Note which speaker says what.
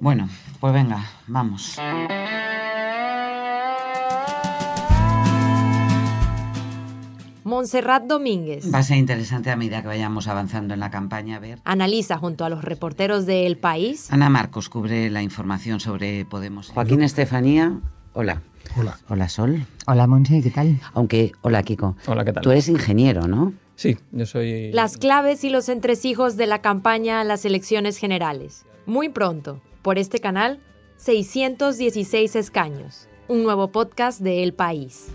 Speaker 1: Bueno, pues venga, vamos.
Speaker 2: Montserrat Domínguez.
Speaker 1: Va a ser interesante a medida que vayamos avanzando en la campaña. A ver.
Speaker 2: Analiza junto a los reporteros de El País.
Speaker 1: Ana Marcos cubre la información sobre Podemos. Joaquín Estefanía, hola.
Speaker 3: Hola.
Speaker 1: Hola, Sol.
Speaker 4: Hola, Monse, ¿qué tal?
Speaker 1: Aunque, hola, Kiko.
Speaker 5: Hola, ¿qué tal?
Speaker 1: Tú eres ingeniero, ¿no?
Speaker 5: Sí, yo soy...
Speaker 2: Las claves y los entresijos de la campaña a las elecciones generales. Muy pronto, por este canal, 616 escaños. Un nuevo podcast de El País.